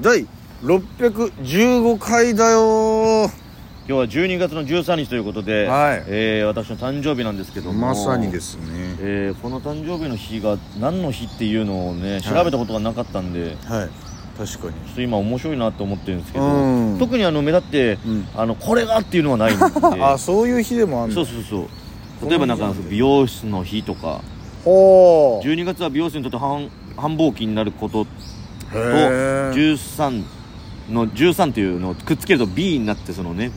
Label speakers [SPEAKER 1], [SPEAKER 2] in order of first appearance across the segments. [SPEAKER 1] 第615回だよ
[SPEAKER 2] 今日は12月の13日ということで、
[SPEAKER 1] はい
[SPEAKER 2] えー私の誕生日なんですけども、
[SPEAKER 1] まさにですすね
[SPEAKER 2] えーこの誕生日の日が何の日っていうのをね調べたことがなかったんで、ちょ
[SPEAKER 1] はい確かに
[SPEAKER 2] っと今面白いなと思ってるんですけど、
[SPEAKER 1] うん
[SPEAKER 2] 特にあの目立って、
[SPEAKER 1] うん
[SPEAKER 2] あのこれがっていうのはないんで
[SPEAKER 1] あそういう日でもある
[SPEAKER 2] そう
[SPEAKER 1] の
[SPEAKER 2] そうそう例えばなんか美容室の日とか
[SPEAKER 1] ほう
[SPEAKER 2] 12月は美容室にとって繁繁忙期になること
[SPEAKER 1] へ
[SPEAKER 2] と
[SPEAKER 1] え
[SPEAKER 2] 13の13というのをくっつけると B になってそのね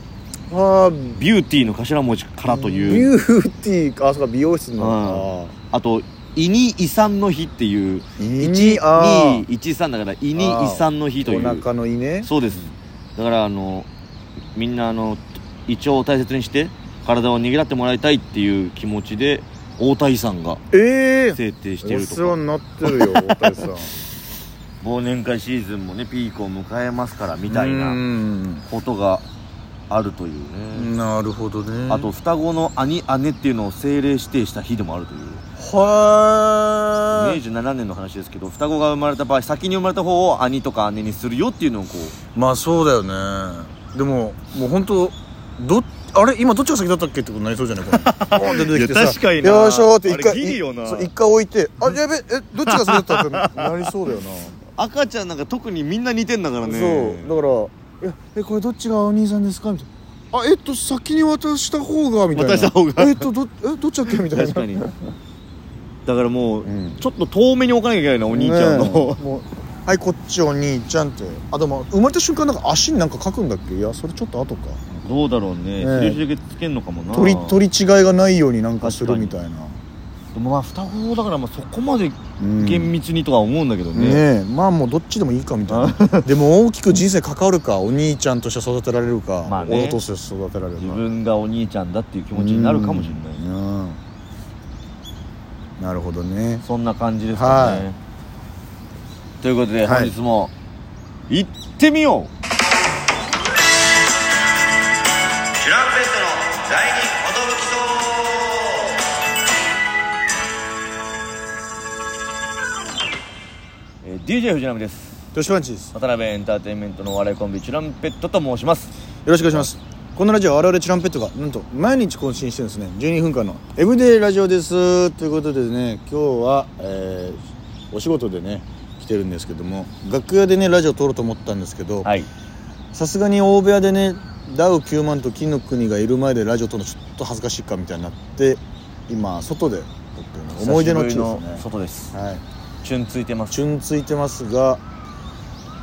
[SPEAKER 1] あ
[SPEAKER 2] ビューティーの頭文字からと
[SPEAKER 1] ビ
[SPEAKER 2] いう
[SPEAKER 1] ューティーかあそうか美容室の
[SPEAKER 2] うあと胃に胃酸の日っていう
[SPEAKER 1] あ胃にあ
[SPEAKER 2] 213だから胃に胃酸の日とい
[SPEAKER 1] お
[SPEAKER 2] う
[SPEAKER 1] 腹の胃ね
[SPEAKER 2] そうですだからあのみんなあの胃腸を大切にして体を逃げらってもらいたいっていう気持ちで太田胃酸が
[SPEAKER 1] ええ
[SPEAKER 2] 制定して
[SPEAKER 1] お
[SPEAKER 2] ると
[SPEAKER 1] 世話
[SPEAKER 2] か
[SPEAKER 1] になって るよ大谷さん
[SPEAKER 2] 忘年会シーズンもねピークを迎えますからみたいうなんことがあるというね
[SPEAKER 1] なるほどね
[SPEAKER 2] あと双子の兄姉っていうのを政令指定した日でもあるという
[SPEAKER 1] は
[SPEAKER 2] 明
[SPEAKER 1] い
[SPEAKER 2] 治7年の話ですけど双子が生まれた場合先に生まれた方を兄とか姉にするよっていうのをこう
[SPEAKER 1] まあそうだよねでももう本当どあれ今どっちが先だったっけってことになりそうじゃない これボーンって出てきてさ
[SPEAKER 2] いや確かにな
[SPEAKER 1] よいしょーって一
[SPEAKER 2] あれ
[SPEAKER 1] 回
[SPEAKER 2] ギリよな
[SPEAKER 1] そう一回置いてあやべえどっちが先だったってなりそうだよな
[SPEAKER 2] 赤ちゃんなんか特にみんな似てんだからね
[SPEAKER 1] そうだからいやえこれどっちがお兄さんですかみたいなあえっと先に渡した方がみたいな
[SPEAKER 2] 渡した方が
[SPEAKER 1] えっとどえどっちだっけみたいな
[SPEAKER 2] 確かにだからもう、
[SPEAKER 1] うん
[SPEAKER 2] ちょっと遠目に置かなきゃいけないなお兄ちゃんの、
[SPEAKER 1] ねえもうはいこっちお兄ちゃんってあでも生まれた瞬間なんか足になんか書くんだっけいやそれちょっと後か
[SPEAKER 2] どうだろうね
[SPEAKER 1] ねえ
[SPEAKER 2] 印だけつけんのかもな
[SPEAKER 1] 取り取り違いがないようになんかするみたいな、
[SPEAKER 2] でもまあ双子だからまあそこまで
[SPEAKER 1] うん
[SPEAKER 2] 厳密にとは思うんだけどね,、
[SPEAKER 1] ねえまあもうどっちでもいいかみたいなでも大きく人生関わるかお兄ちゃんとして育てられるか、
[SPEAKER 2] まあね
[SPEAKER 1] 弟として育てられるか
[SPEAKER 2] 自分がお兄ちゃんだっていう気持ちになるかもしれない、
[SPEAKER 1] うんうんなるほどね
[SPEAKER 2] そんな感じですかね、
[SPEAKER 1] は
[SPEAKER 2] ということで
[SPEAKER 1] は
[SPEAKER 2] 本
[SPEAKER 1] い
[SPEAKER 2] 日も行ってみよう、
[SPEAKER 3] チュランペットの第二ほどき
[SPEAKER 2] えー DJ 藤波です
[SPEAKER 1] トシパンチですよ
[SPEAKER 2] 渡辺エンターテインメントのお笑いコンビチュランペットと申します
[SPEAKER 1] ろしくお願いしますこのラジオは我々チュランペットがなんと毎日更新してるんですね12分間のエブリデイラジオですということでね今日は、えーお仕事でね来てるんですけども楽屋でねラジオ撮ろうと思ったんですけど、
[SPEAKER 2] はい
[SPEAKER 1] さすがに大部屋でねダウ9万と金の国がいる前でラジオとのちょっと恥ずかしいかみたいになって今外で撮ってるの思い出の地で
[SPEAKER 2] 久し
[SPEAKER 1] す
[SPEAKER 2] ぶ
[SPEAKER 1] ね
[SPEAKER 2] りの外です
[SPEAKER 1] はい
[SPEAKER 2] チュンついてます
[SPEAKER 1] チュンついてますが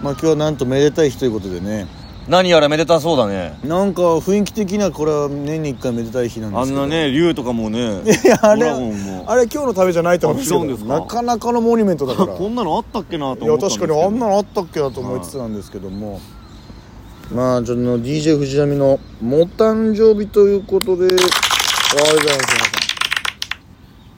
[SPEAKER 1] まあ今日はなんとめでたい日ということでね
[SPEAKER 2] 何やらめでたそうだね
[SPEAKER 1] なんか雰囲気的にはこれは年に1回めでたい日なんで
[SPEAKER 2] あ
[SPEAKER 1] す
[SPEAKER 2] ん
[SPEAKER 1] けど
[SPEAKER 2] なね竜とかもね
[SPEAKER 1] いや あれ
[SPEAKER 2] ドラゴンも
[SPEAKER 1] あれ今日のためじゃないと思うんですけ
[SPEAKER 2] あ違う
[SPEAKER 1] ど
[SPEAKER 2] んですか
[SPEAKER 1] なかなかのモニュメントだから
[SPEAKER 2] こんなのあったっけないと思
[SPEAKER 1] や
[SPEAKER 2] ったんです
[SPEAKER 1] 確か
[SPEAKER 2] け
[SPEAKER 1] に
[SPEAKER 2] ど
[SPEAKER 1] あんなのあったっけなと思いつつなんですけども、まあちょっと DJ 藤波のお誕生日ということでありがとうございます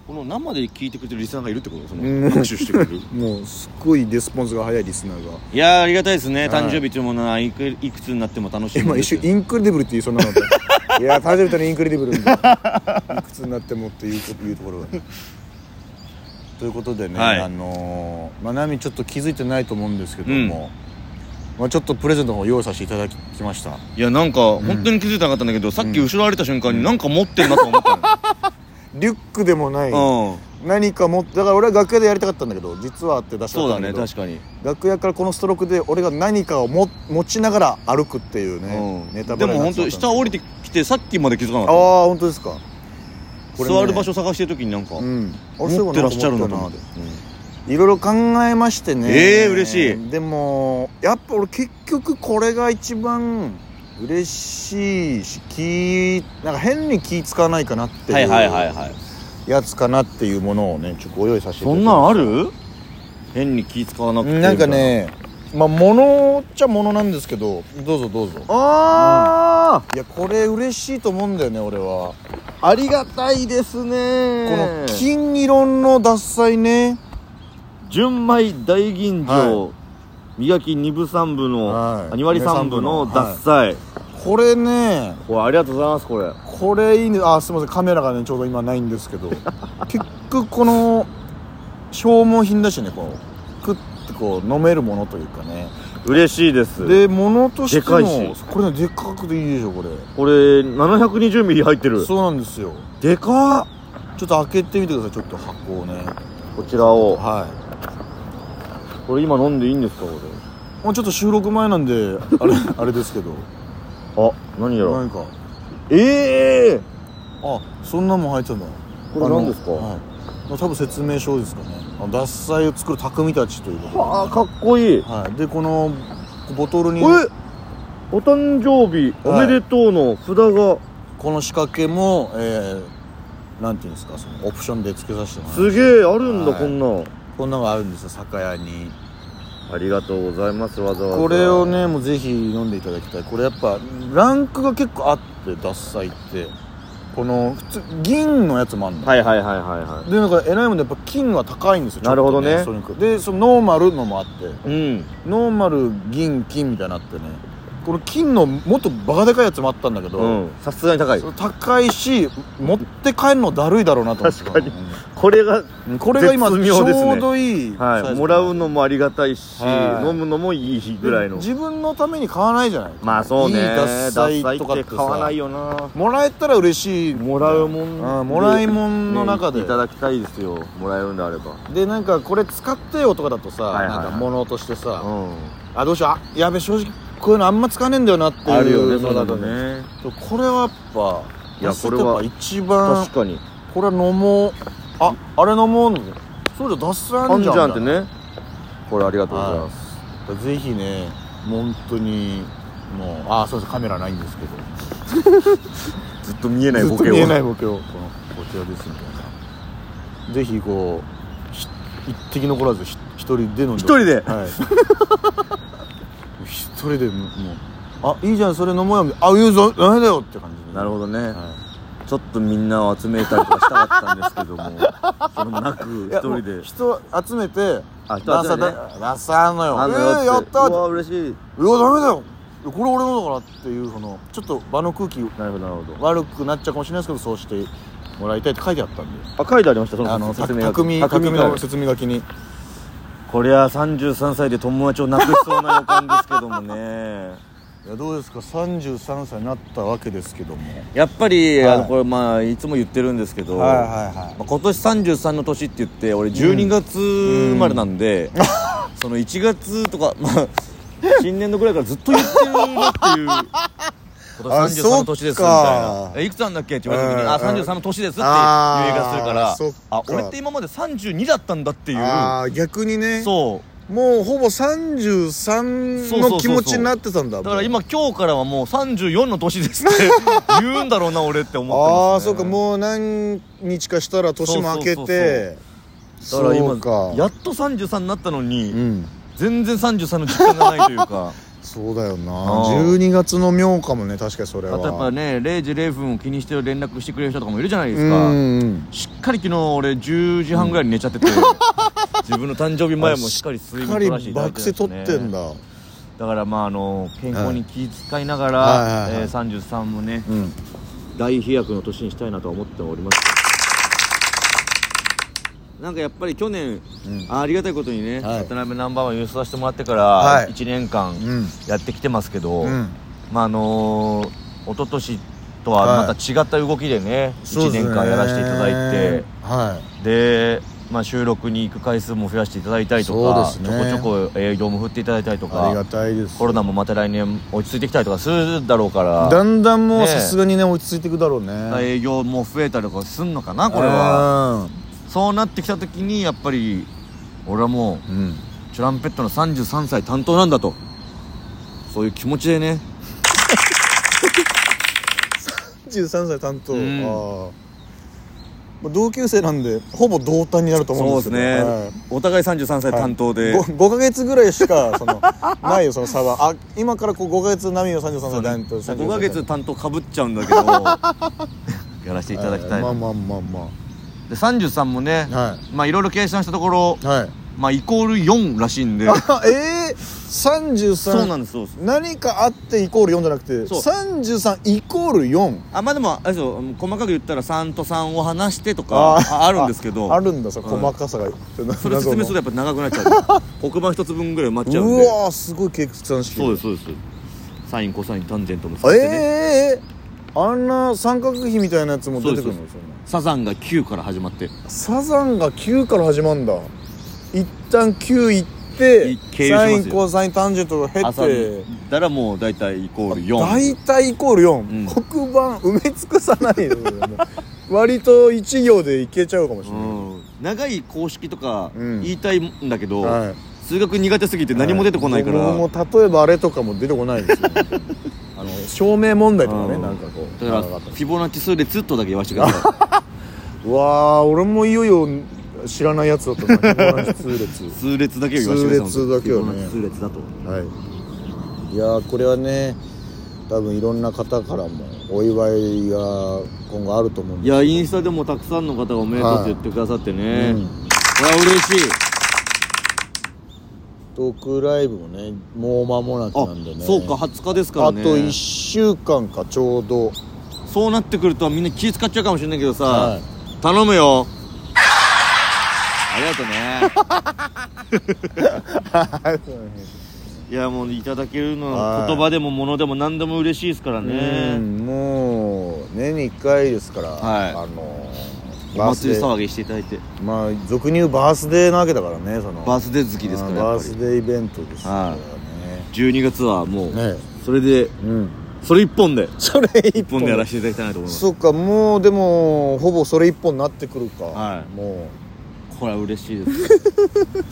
[SPEAKER 2] この生で聞いてくれてるリスナーがいるってことその
[SPEAKER 1] うん
[SPEAKER 2] 握手してくれる
[SPEAKER 1] 皆さん もうすっごいレスポンスが早いリスナーが
[SPEAKER 2] いやーありがたいです
[SPEAKER 1] は
[SPEAKER 2] ね、
[SPEAKER 1] い
[SPEAKER 2] 誕生日というものはいくいくつになっても楽しみ
[SPEAKER 1] 今
[SPEAKER 2] で
[SPEAKER 1] 一
[SPEAKER 2] す
[SPEAKER 1] 瞬インクレディブルって言いそうになので いや誕生日とねインクレディブルみたいないくつになってもっていうこというところがねということでね、
[SPEAKER 2] はい
[SPEAKER 1] あのー、まあナミちょっと気づいてないと思うんですけども、まあちょっとプレゼントの方用意させていただきました
[SPEAKER 2] いやなんか本当に気づいてなかったんだけど、さっき後ろ歩いた瞬間になんか持ってるなと思った
[SPEAKER 1] リュックでもない、
[SPEAKER 2] の、うん
[SPEAKER 1] 何か持ってだから俺は楽屋でやりたかったんだけど実はって出した
[SPEAKER 2] そう
[SPEAKER 1] か
[SPEAKER 2] だ
[SPEAKER 1] ったんけど
[SPEAKER 2] ね確かに、
[SPEAKER 1] 楽屋からこのストロークで俺が何かをも持ちながら歩くっていうね、
[SPEAKER 2] うん
[SPEAKER 1] ネタ
[SPEAKER 2] で
[SPEAKER 1] バレに
[SPEAKER 2] も
[SPEAKER 1] なっ
[SPEAKER 2] 本
[SPEAKER 1] ちゃったんです
[SPEAKER 2] 当
[SPEAKER 1] け
[SPEAKER 2] 下
[SPEAKER 1] ど
[SPEAKER 2] 降りてきてさっきまで気づかな
[SPEAKER 1] ああ
[SPEAKER 2] かっ
[SPEAKER 1] 本当ですか
[SPEAKER 2] た座る場所探してる時になんか、
[SPEAKER 1] うんあれそういえば
[SPEAKER 2] 持ってらっしゃるん
[SPEAKER 1] な
[SPEAKER 2] だと
[SPEAKER 1] んか持
[SPEAKER 2] 思っ
[SPEAKER 1] ってていろいろ考えましてね
[SPEAKER 2] ええ嬉しい
[SPEAKER 1] でもやっぱ俺結局これが一番嬉しいし気なんか変に気使わないかなって
[SPEAKER 2] はいいうはいはいはい
[SPEAKER 1] やつかなっていうものをねちょっとご用意させていた
[SPEAKER 2] そ
[SPEAKER 1] だき
[SPEAKER 2] ん
[SPEAKER 1] ま
[SPEAKER 2] な
[SPEAKER 1] した
[SPEAKER 2] んある変に気使わなくて
[SPEAKER 1] なんかねまあ物っちゃ物なんですけどどうぞどうぞ
[SPEAKER 2] あ
[SPEAKER 1] いやこれ嬉しいと思うんだよね俺は
[SPEAKER 2] あありがたいですね
[SPEAKER 1] この金色の獺祭ね
[SPEAKER 2] 純米大吟醸、磨き2分3分の、
[SPEAKER 1] はい
[SPEAKER 2] 2割3分の
[SPEAKER 1] 二割三分の
[SPEAKER 2] 獺祭、
[SPEAKER 1] これね
[SPEAKER 2] これありがとうございますこれ
[SPEAKER 1] これいいねあすいませんカメラがねちょうど今ない んですけど結局この消耗品だしねこう食っってこう飲めるものというかね
[SPEAKER 2] 嬉しいです
[SPEAKER 1] で物としても
[SPEAKER 2] でかいし
[SPEAKER 1] これねでっかくていいでしょこれ
[SPEAKER 2] これ720ミリ入ってる
[SPEAKER 1] そうなんですよ
[SPEAKER 2] でかっ
[SPEAKER 1] ちょっと開けてみてくださいちょっと箱をね
[SPEAKER 2] こちらを
[SPEAKER 1] は
[SPEAKER 2] これ今飲んでいいんですかこ
[SPEAKER 1] いもうちょっと収録前なんであれ あれですけど
[SPEAKER 2] れあ何やら
[SPEAKER 1] 何か
[SPEAKER 2] ええ
[SPEAKER 1] あそんなもん入ってたんだ
[SPEAKER 2] これ
[SPEAKER 1] あの
[SPEAKER 2] 何ですか
[SPEAKER 1] はいまあ多分説明書ですかねあの獺祭を作る匠たちということ
[SPEAKER 2] あかっこいい
[SPEAKER 1] で,、はい、でこのボトルに
[SPEAKER 2] これお誕生日お
[SPEAKER 1] はい
[SPEAKER 2] めでとうの札が
[SPEAKER 1] この仕掛けも、えー、なんていうんですかそのオプションで付けさせてもらう
[SPEAKER 2] すげえあるんだ
[SPEAKER 1] はい
[SPEAKER 2] こんなん
[SPEAKER 1] こんなのがあるんですよ酒屋に
[SPEAKER 2] ありがとうございますわざわざ
[SPEAKER 1] これをねもうぜひ飲んでいただきたいこれやっぱランクが結構あって獺祭ってこの普通銀のやつもあるの、
[SPEAKER 2] はいはいはいはいは
[SPEAKER 1] でなんか偉いもんでやっぱ金は高いんですよ
[SPEAKER 2] なるほど
[SPEAKER 1] ち
[SPEAKER 2] ね
[SPEAKER 1] ょっとそれにでそのノーマルのもあって
[SPEAKER 2] いうん
[SPEAKER 1] ノーマル銀金みたいなのあってねこの金のもっとバカでかいやつもあったんだけど、
[SPEAKER 2] うんさすがに高い
[SPEAKER 1] それ高いし持って帰るのだるいだろうなと思って
[SPEAKER 2] 確かにこれが
[SPEAKER 1] うんこれが今
[SPEAKER 2] 絶
[SPEAKER 1] ち
[SPEAKER 2] 妙ですね
[SPEAKER 1] ょうどいいサイズ
[SPEAKER 2] はいもらうのもありがたいし
[SPEAKER 1] はい
[SPEAKER 2] 飲むのもいいぐらいの
[SPEAKER 1] 自分のために買わないじゃない
[SPEAKER 2] まあそうね
[SPEAKER 1] いい獺祭
[SPEAKER 2] 獺
[SPEAKER 1] とかっ
[SPEAKER 2] 祭ってて
[SPEAKER 1] さ
[SPEAKER 2] 買わないよな
[SPEAKER 1] もらえたら嬉しい
[SPEAKER 2] もらうもん
[SPEAKER 1] うんもらいもんの中で
[SPEAKER 2] ねいただきたいですよもらえるんであれば
[SPEAKER 1] でなんかこれ使ってよとかだとさ、
[SPEAKER 2] はいはいはい
[SPEAKER 1] なんか物としてさ、
[SPEAKER 2] うん
[SPEAKER 1] あどうしようあやべ正直こういうのあんま使わねえんだよなっていう
[SPEAKER 2] あるよね
[SPEAKER 1] の
[SPEAKER 2] そうだ
[SPEAKER 1] だと
[SPEAKER 2] とね
[SPEAKER 1] これはやっぱ
[SPEAKER 2] いや
[SPEAKER 1] 獺祭
[SPEAKER 2] これは
[SPEAKER 1] ってやっぱ一番
[SPEAKER 2] 確かに
[SPEAKER 1] これは飲もうああれ飲もうのそうじゃ脱水あ
[SPEAKER 2] あ
[SPEAKER 1] ん
[SPEAKER 2] ん
[SPEAKER 1] じ
[SPEAKER 2] じ
[SPEAKER 1] ゃん
[SPEAKER 2] ゃんってねこれありがとうございます
[SPEAKER 1] ぜひね本当にもうあそうですカメラないんですけど
[SPEAKER 2] ずっと見え
[SPEAKER 1] ずっと見えないボケをこのこちらですみたいなぜひこうひ一滴残らずひ一人で飲んで
[SPEAKER 2] 一人で
[SPEAKER 1] はい 一人でもうあいいじゃんそれ飲もうよあ言うぞダメだよって感じで
[SPEAKER 2] なるほどね、
[SPEAKER 1] は
[SPEAKER 2] ちょっとみんなを集めたりとかしたかったんですけどもそのなく
[SPEAKER 1] いい
[SPEAKER 2] 一
[SPEAKER 1] や
[SPEAKER 2] 人
[SPEAKER 1] もう
[SPEAKER 2] で
[SPEAKER 1] 人集めて
[SPEAKER 2] あ人集めてね
[SPEAKER 1] 出さ出さんのよ
[SPEAKER 2] あの
[SPEAKER 1] えーやった
[SPEAKER 2] う
[SPEAKER 1] ーっ
[SPEAKER 2] わ嬉しい
[SPEAKER 1] てうわダメだよこれ俺のだからっていうこのちょっと場の空気
[SPEAKER 2] なるほどなるほど
[SPEAKER 1] 悪くなっちゃうかもしれないですけどそうしてもらいたいって書いてあったんで
[SPEAKER 2] あ書いてありましたその
[SPEAKER 1] あのた
[SPEAKER 2] 説明書き
[SPEAKER 1] 匠匠
[SPEAKER 2] 書いてあ
[SPEAKER 1] の
[SPEAKER 2] る
[SPEAKER 1] 説明書きに
[SPEAKER 2] こりゃ33歳で友達をなくしそうな予感ですけどもね
[SPEAKER 1] いやどうですか33歳になったわけですけどもはい
[SPEAKER 2] やっぱり、
[SPEAKER 1] はい
[SPEAKER 2] あのこれまあいつも言ってるんですけど、
[SPEAKER 1] は
[SPEAKER 2] まあ今年33の年って言って俺12月生まれなんで、その1月とか、まあ、新年度ぐらいからずっと言ってるなっていう 今
[SPEAKER 1] あ
[SPEAKER 2] 年33の年ですみ
[SPEAKER 1] そ
[SPEAKER 2] た
[SPEAKER 1] っ
[SPEAKER 2] い
[SPEAKER 1] か
[SPEAKER 2] なえいくつなんだっけって言われた時に、
[SPEAKER 1] うん
[SPEAKER 2] あ33の年ですっていう言い方するから
[SPEAKER 1] あーそっか
[SPEAKER 2] あ俺って今まで32だったんだって
[SPEAKER 1] い
[SPEAKER 2] いう
[SPEAKER 1] ああ逆にね
[SPEAKER 2] そう
[SPEAKER 1] もうほぼ33の気持ちになってたんだ
[SPEAKER 2] だから
[SPEAKER 1] も
[SPEAKER 2] 今今日からはもう34の年です って言うんだろうな俺って思
[SPEAKER 1] う
[SPEAKER 2] ってます、ね、
[SPEAKER 1] ああそうかもう何日かしたら年も明けて
[SPEAKER 2] だから今
[SPEAKER 1] そうか
[SPEAKER 2] やっと33になったのに、
[SPEAKER 1] うん
[SPEAKER 2] 全然33の実感がないという か
[SPEAKER 1] そうだよな
[SPEAKER 2] あー
[SPEAKER 1] 12月の妙かもね確かにそれ
[SPEAKER 2] あ
[SPEAKER 1] は
[SPEAKER 2] とやっぱね0時0分を気にして連絡してくれる人とかもいるじゃないで
[SPEAKER 1] う
[SPEAKER 2] すか
[SPEAKER 1] んうん
[SPEAKER 2] しっかり昨日俺10時半ぐらいに寝ちゃってて、自分の誕生日 前もしっかり
[SPEAKER 1] し
[SPEAKER 2] 水
[SPEAKER 1] っ
[SPEAKER 2] 分
[SPEAKER 1] か
[SPEAKER 2] 取
[SPEAKER 1] り
[SPEAKER 2] らせていただい
[SPEAKER 1] 爆
[SPEAKER 2] て
[SPEAKER 1] 睡取ってん
[SPEAKER 2] だ
[SPEAKER 1] だ
[SPEAKER 2] だからまああの健康に気遣いながら、
[SPEAKER 1] はいはいはい
[SPEAKER 2] えー33もね
[SPEAKER 1] うん
[SPEAKER 2] 大飛躍の年にしたいなとは思っておりますなんかやっぱり去年、
[SPEAKER 1] うん
[SPEAKER 2] あありがたいことにね、
[SPEAKER 1] はい
[SPEAKER 2] 渡辺ナンバーワン優勝させてもらってか
[SPEAKER 1] は
[SPEAKER 2] ら
[SPEAKER 1] い
[SPEAKER 2] 1年間
[SPEAKER 1] うん
[SPEAKER 2] やってきてますけど、
[SPEAKER 1] うん
[SPEAKER 2] まああのー、一昨年とはまた違った動きでね、
[SPEAKER 1] そう
[SPEAKER 2] 1
[SPEAKER 1] です
[SPEAKER 2] 年
[SPEAKER 1] ね
[SPEAKER 2] 間やらせていただいて
[SPEAKER 1] はい
[SPEAKER 2] で、まあ、収録に行く回数も増やしていただいたりとか、
[SPEAKER 1] そう
[SPEAKER 2] ち
[SPEAKER 1] で
[SPEAKER 2] ょ
[SPEAKER 1] すね
[SPEAKER 2] こちょこ営業も振っていただいたりと
[SPEAKER 1] ありが
[SPEAKER 2] か
[SPEAKER 1] たいです
[SPEAKER 2] コロナもまた来年落ち着いてきたりとかするだろうから
[SPEAKER 1] だんだんもう
[SPEAKER 2] ね
[SPEAKER 1] さすがにね落ち着いていくだろうね
[SPEAKER 2] 営業も増えたりとかすんのかなこれはそうなってきた時にやっぱり俺はも
[SPEAKER 1] うんうん
[SPEAKER 2] うチュランペットの33歳担当なんだとそういう気持ちでね
[SPEAKER 1] 13歳担当、
[SPEAKER 2] うん
[SPEAKER 1] ああまあ同級生なんでほぼ同担になると思うんですけどはい
[SPEAKER 2] お互い33歳担当で、
[SPEAKER 1] ご 5, ヶ月ぐらいしかその ないよその差はあ今からこう5ヶ月波を33歳担当33歳担当
[SPEAKER 2] 5ヶ月担当かぶっちゃうんだけど やらせていただきたい、
[SPEAKER 1] はまあまあまあ
[SPEAKER 2] で33もね、
[SPEAKER 1] まあは
[SPEAKER 2] まあいろいろ計算したところ
[SPEAKER 1] いはい
[SPEAKER 2] まあイコール4らしいん で
[SPEAKER 1] あええ
[SPEAKER 2] そうな
[SPEAKER 1] 33
[SPEAKER 2] んですそうです
[SPEAKER 1] 何かあってイコール4じゃなくて
[SPEAKER 2] そう
[SPEAKER 1] 33イコール4
[SPEAKER 2] あまあでもあれですよ細かく言ったら3と3を離してとか
[SPEAKER 1] あ
[SPEAKER 2] ああるんですけど
[SPEAKER 1] ああるんださ
[SPEAKER 2] うん
[SPEAKER 1] 細かさが、
[SPEAKER 2] それ説明
[SPEAKER 1] だ
[SPEAKER 2] するとやっぱ長くなっちゃうんで黒板一つ分ぐらい埋まっちゃうん
[SPEAKER 1] う
[SPEAKER 2] で
[SPEAKER 1] わーすごい計算式
[SPEAKER 2] そうですそうですサインコサインタンジェントも使ってね、
[SPEAKER 1] ええー、あんな三角比みたいなやつも出てくる
[SPEAKER 2] そう
[SPEAKER 1] の
[SPEAKER 2] でサザンが9から始まって
[SPEAKER 1] サザンが9から始まるんだ一旦9いって
[SPEAKER 2] い経由します
[SPEAKER 1] サ
[SPEAKER 2] よ
[SPEAKER 1] インコサインタンジェントを経
[SPEAKER 2] 朝
[SPEAKER 1] て
[SPEAKER 2] だらもう大体イコール4
[SPEAKER 1] 大体イコール4、
[SPEAKER 2] うん
[SPEAKER 1] 黒板埋め尽くさないのよもう割と1行でいけちゃうかもしれ
[SPEAKER 2] う
[SPEAKER 1] ない、
[SPEAKER 2] ん長い公式とか
[SPEAKER 1] うん
[SPEAKER 2] 言いたいんだけど、
[SPEAKER 1] はい
[SPEAKER 2] 数学苦手すぎて何も出てこないから、
[SPEAKER 1] はい僕も例えばあれとかも出てこないですよ あの証明問題とかね、
[SPEAKER 2] うん
[SPEAKER 1] なんかこう
[SPEAKER 2] だから
[SPEAKER 1] あ
[SPEAKER 2] フ
[SPEAKER 1] の
[SPEAKER 2] ィボナッチ数列とだけ言わせてくださ
[SPEAKER 1] うわー俺もいよいよ知らないやつだったな同じ通列
[SPEAKER 2] い数列だけを言わせてください
[SPEAKER 1] 数列だけをね
[SPEAKER 2] フィボナッチ数列だ と
[SPEAKER 1] はい、いやーこれはね多分いろんな方からもお祝いが今後あると思うん
[SPEAKER 2] い
[SPEAKER 1] です
[SPEAKER 2] やインスタでもたくさんの方がおめでとうって言ってくださってね、
[SPEAKER 1] はい
[SPEAKER 2] い
[SPEAKER 1] うん
[SPEAKER 2] や嬉しい
[SPEAKER 1] トークライブもねもう間もなく
[SPEAKER 2] あ
[SPEAKER 1] なんでね
[SPEAKER 2] そうか20日ですから
[SPEAKER 1] あと
[SPEAKER 2] ね
[SPEAKER 1] 1週間かちょうど
[SPEAKER 2] そうなってくるとみんな気使っちゃうかもしれないけどさ、
[SPEAKER 1] は
[SPEAKER 2] 頼むよ ありがとうね いやもういただけるのは
[SPEAKER 1] はい
[SPEAKER 2] 言葉でも物でも何でも嬉しいですから
[SPEAKER 1] う
[SPEAKER 2] ね
[SPEAKER 1] んもう年に1回ですから、
[SPEAKER 2] はい
[SPEAKER 1] あの
[SPEAKER 2] お祭り
[SPEAKER 1] バー
[SPEAKER 2] 騒ぎしていただいて
[SPEAKER 1] スデーまあ俗に言うバースデーなわけだからねその
[SPEAKER 2] バースデー好きです
[SPEAKER 1] あ
[SPEAKER 2] から
[SPEAKER 1] ー
[SPEAKER 2] や
[SPEAKER 1] バー
[SPEAKER 2] っぱり
[SPEAKER 1] スデーイベントですから
[SPEAKER 2] は
[SPEAKER 1] ね
[SPEAKER 2] 12月はもう、
[SPEAKER 1] ね
[SPEAKER 2] それで
[SPEAKER 1] うん
[SPEAKER 2] それ一本で
[SPEAKER 1] それ
[SPEAKER 2] 一
[SPEAKER 1] 一
[SPEAKER 2] 本でやらせていただきたいなと思います
[SPEAKER 1] そっかもうでもほぼそれ一本になってくるか
[SPEAKER 2] はい
[SPEAKER 1] も
[SPEAKER 2] これは嬉しいです、
[SPEAKER 1] う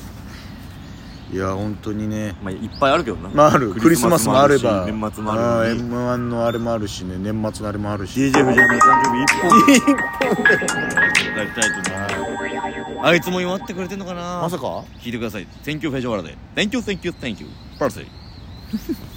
[SPEAKER 1] いや本当にね
[SPEAKER 2] まあ、いっぱいあるけどな、
[SPEAKER 1] まああるクリスマスもあれば
[SPEAKER 2] し年末もあるし
[SPEAKER 1] m 1のあれもあるしね年末のあれもあるし
[SPEAKER 2] DJ 藤波の誕生日一本でいただきたいと思いますあいつも祝ってくれてんのかな
[SPEAKER 1] まさか
[SPEAKER 2] 聞いてください Thank you フェジョワラで Thank you thank you thank you バースデー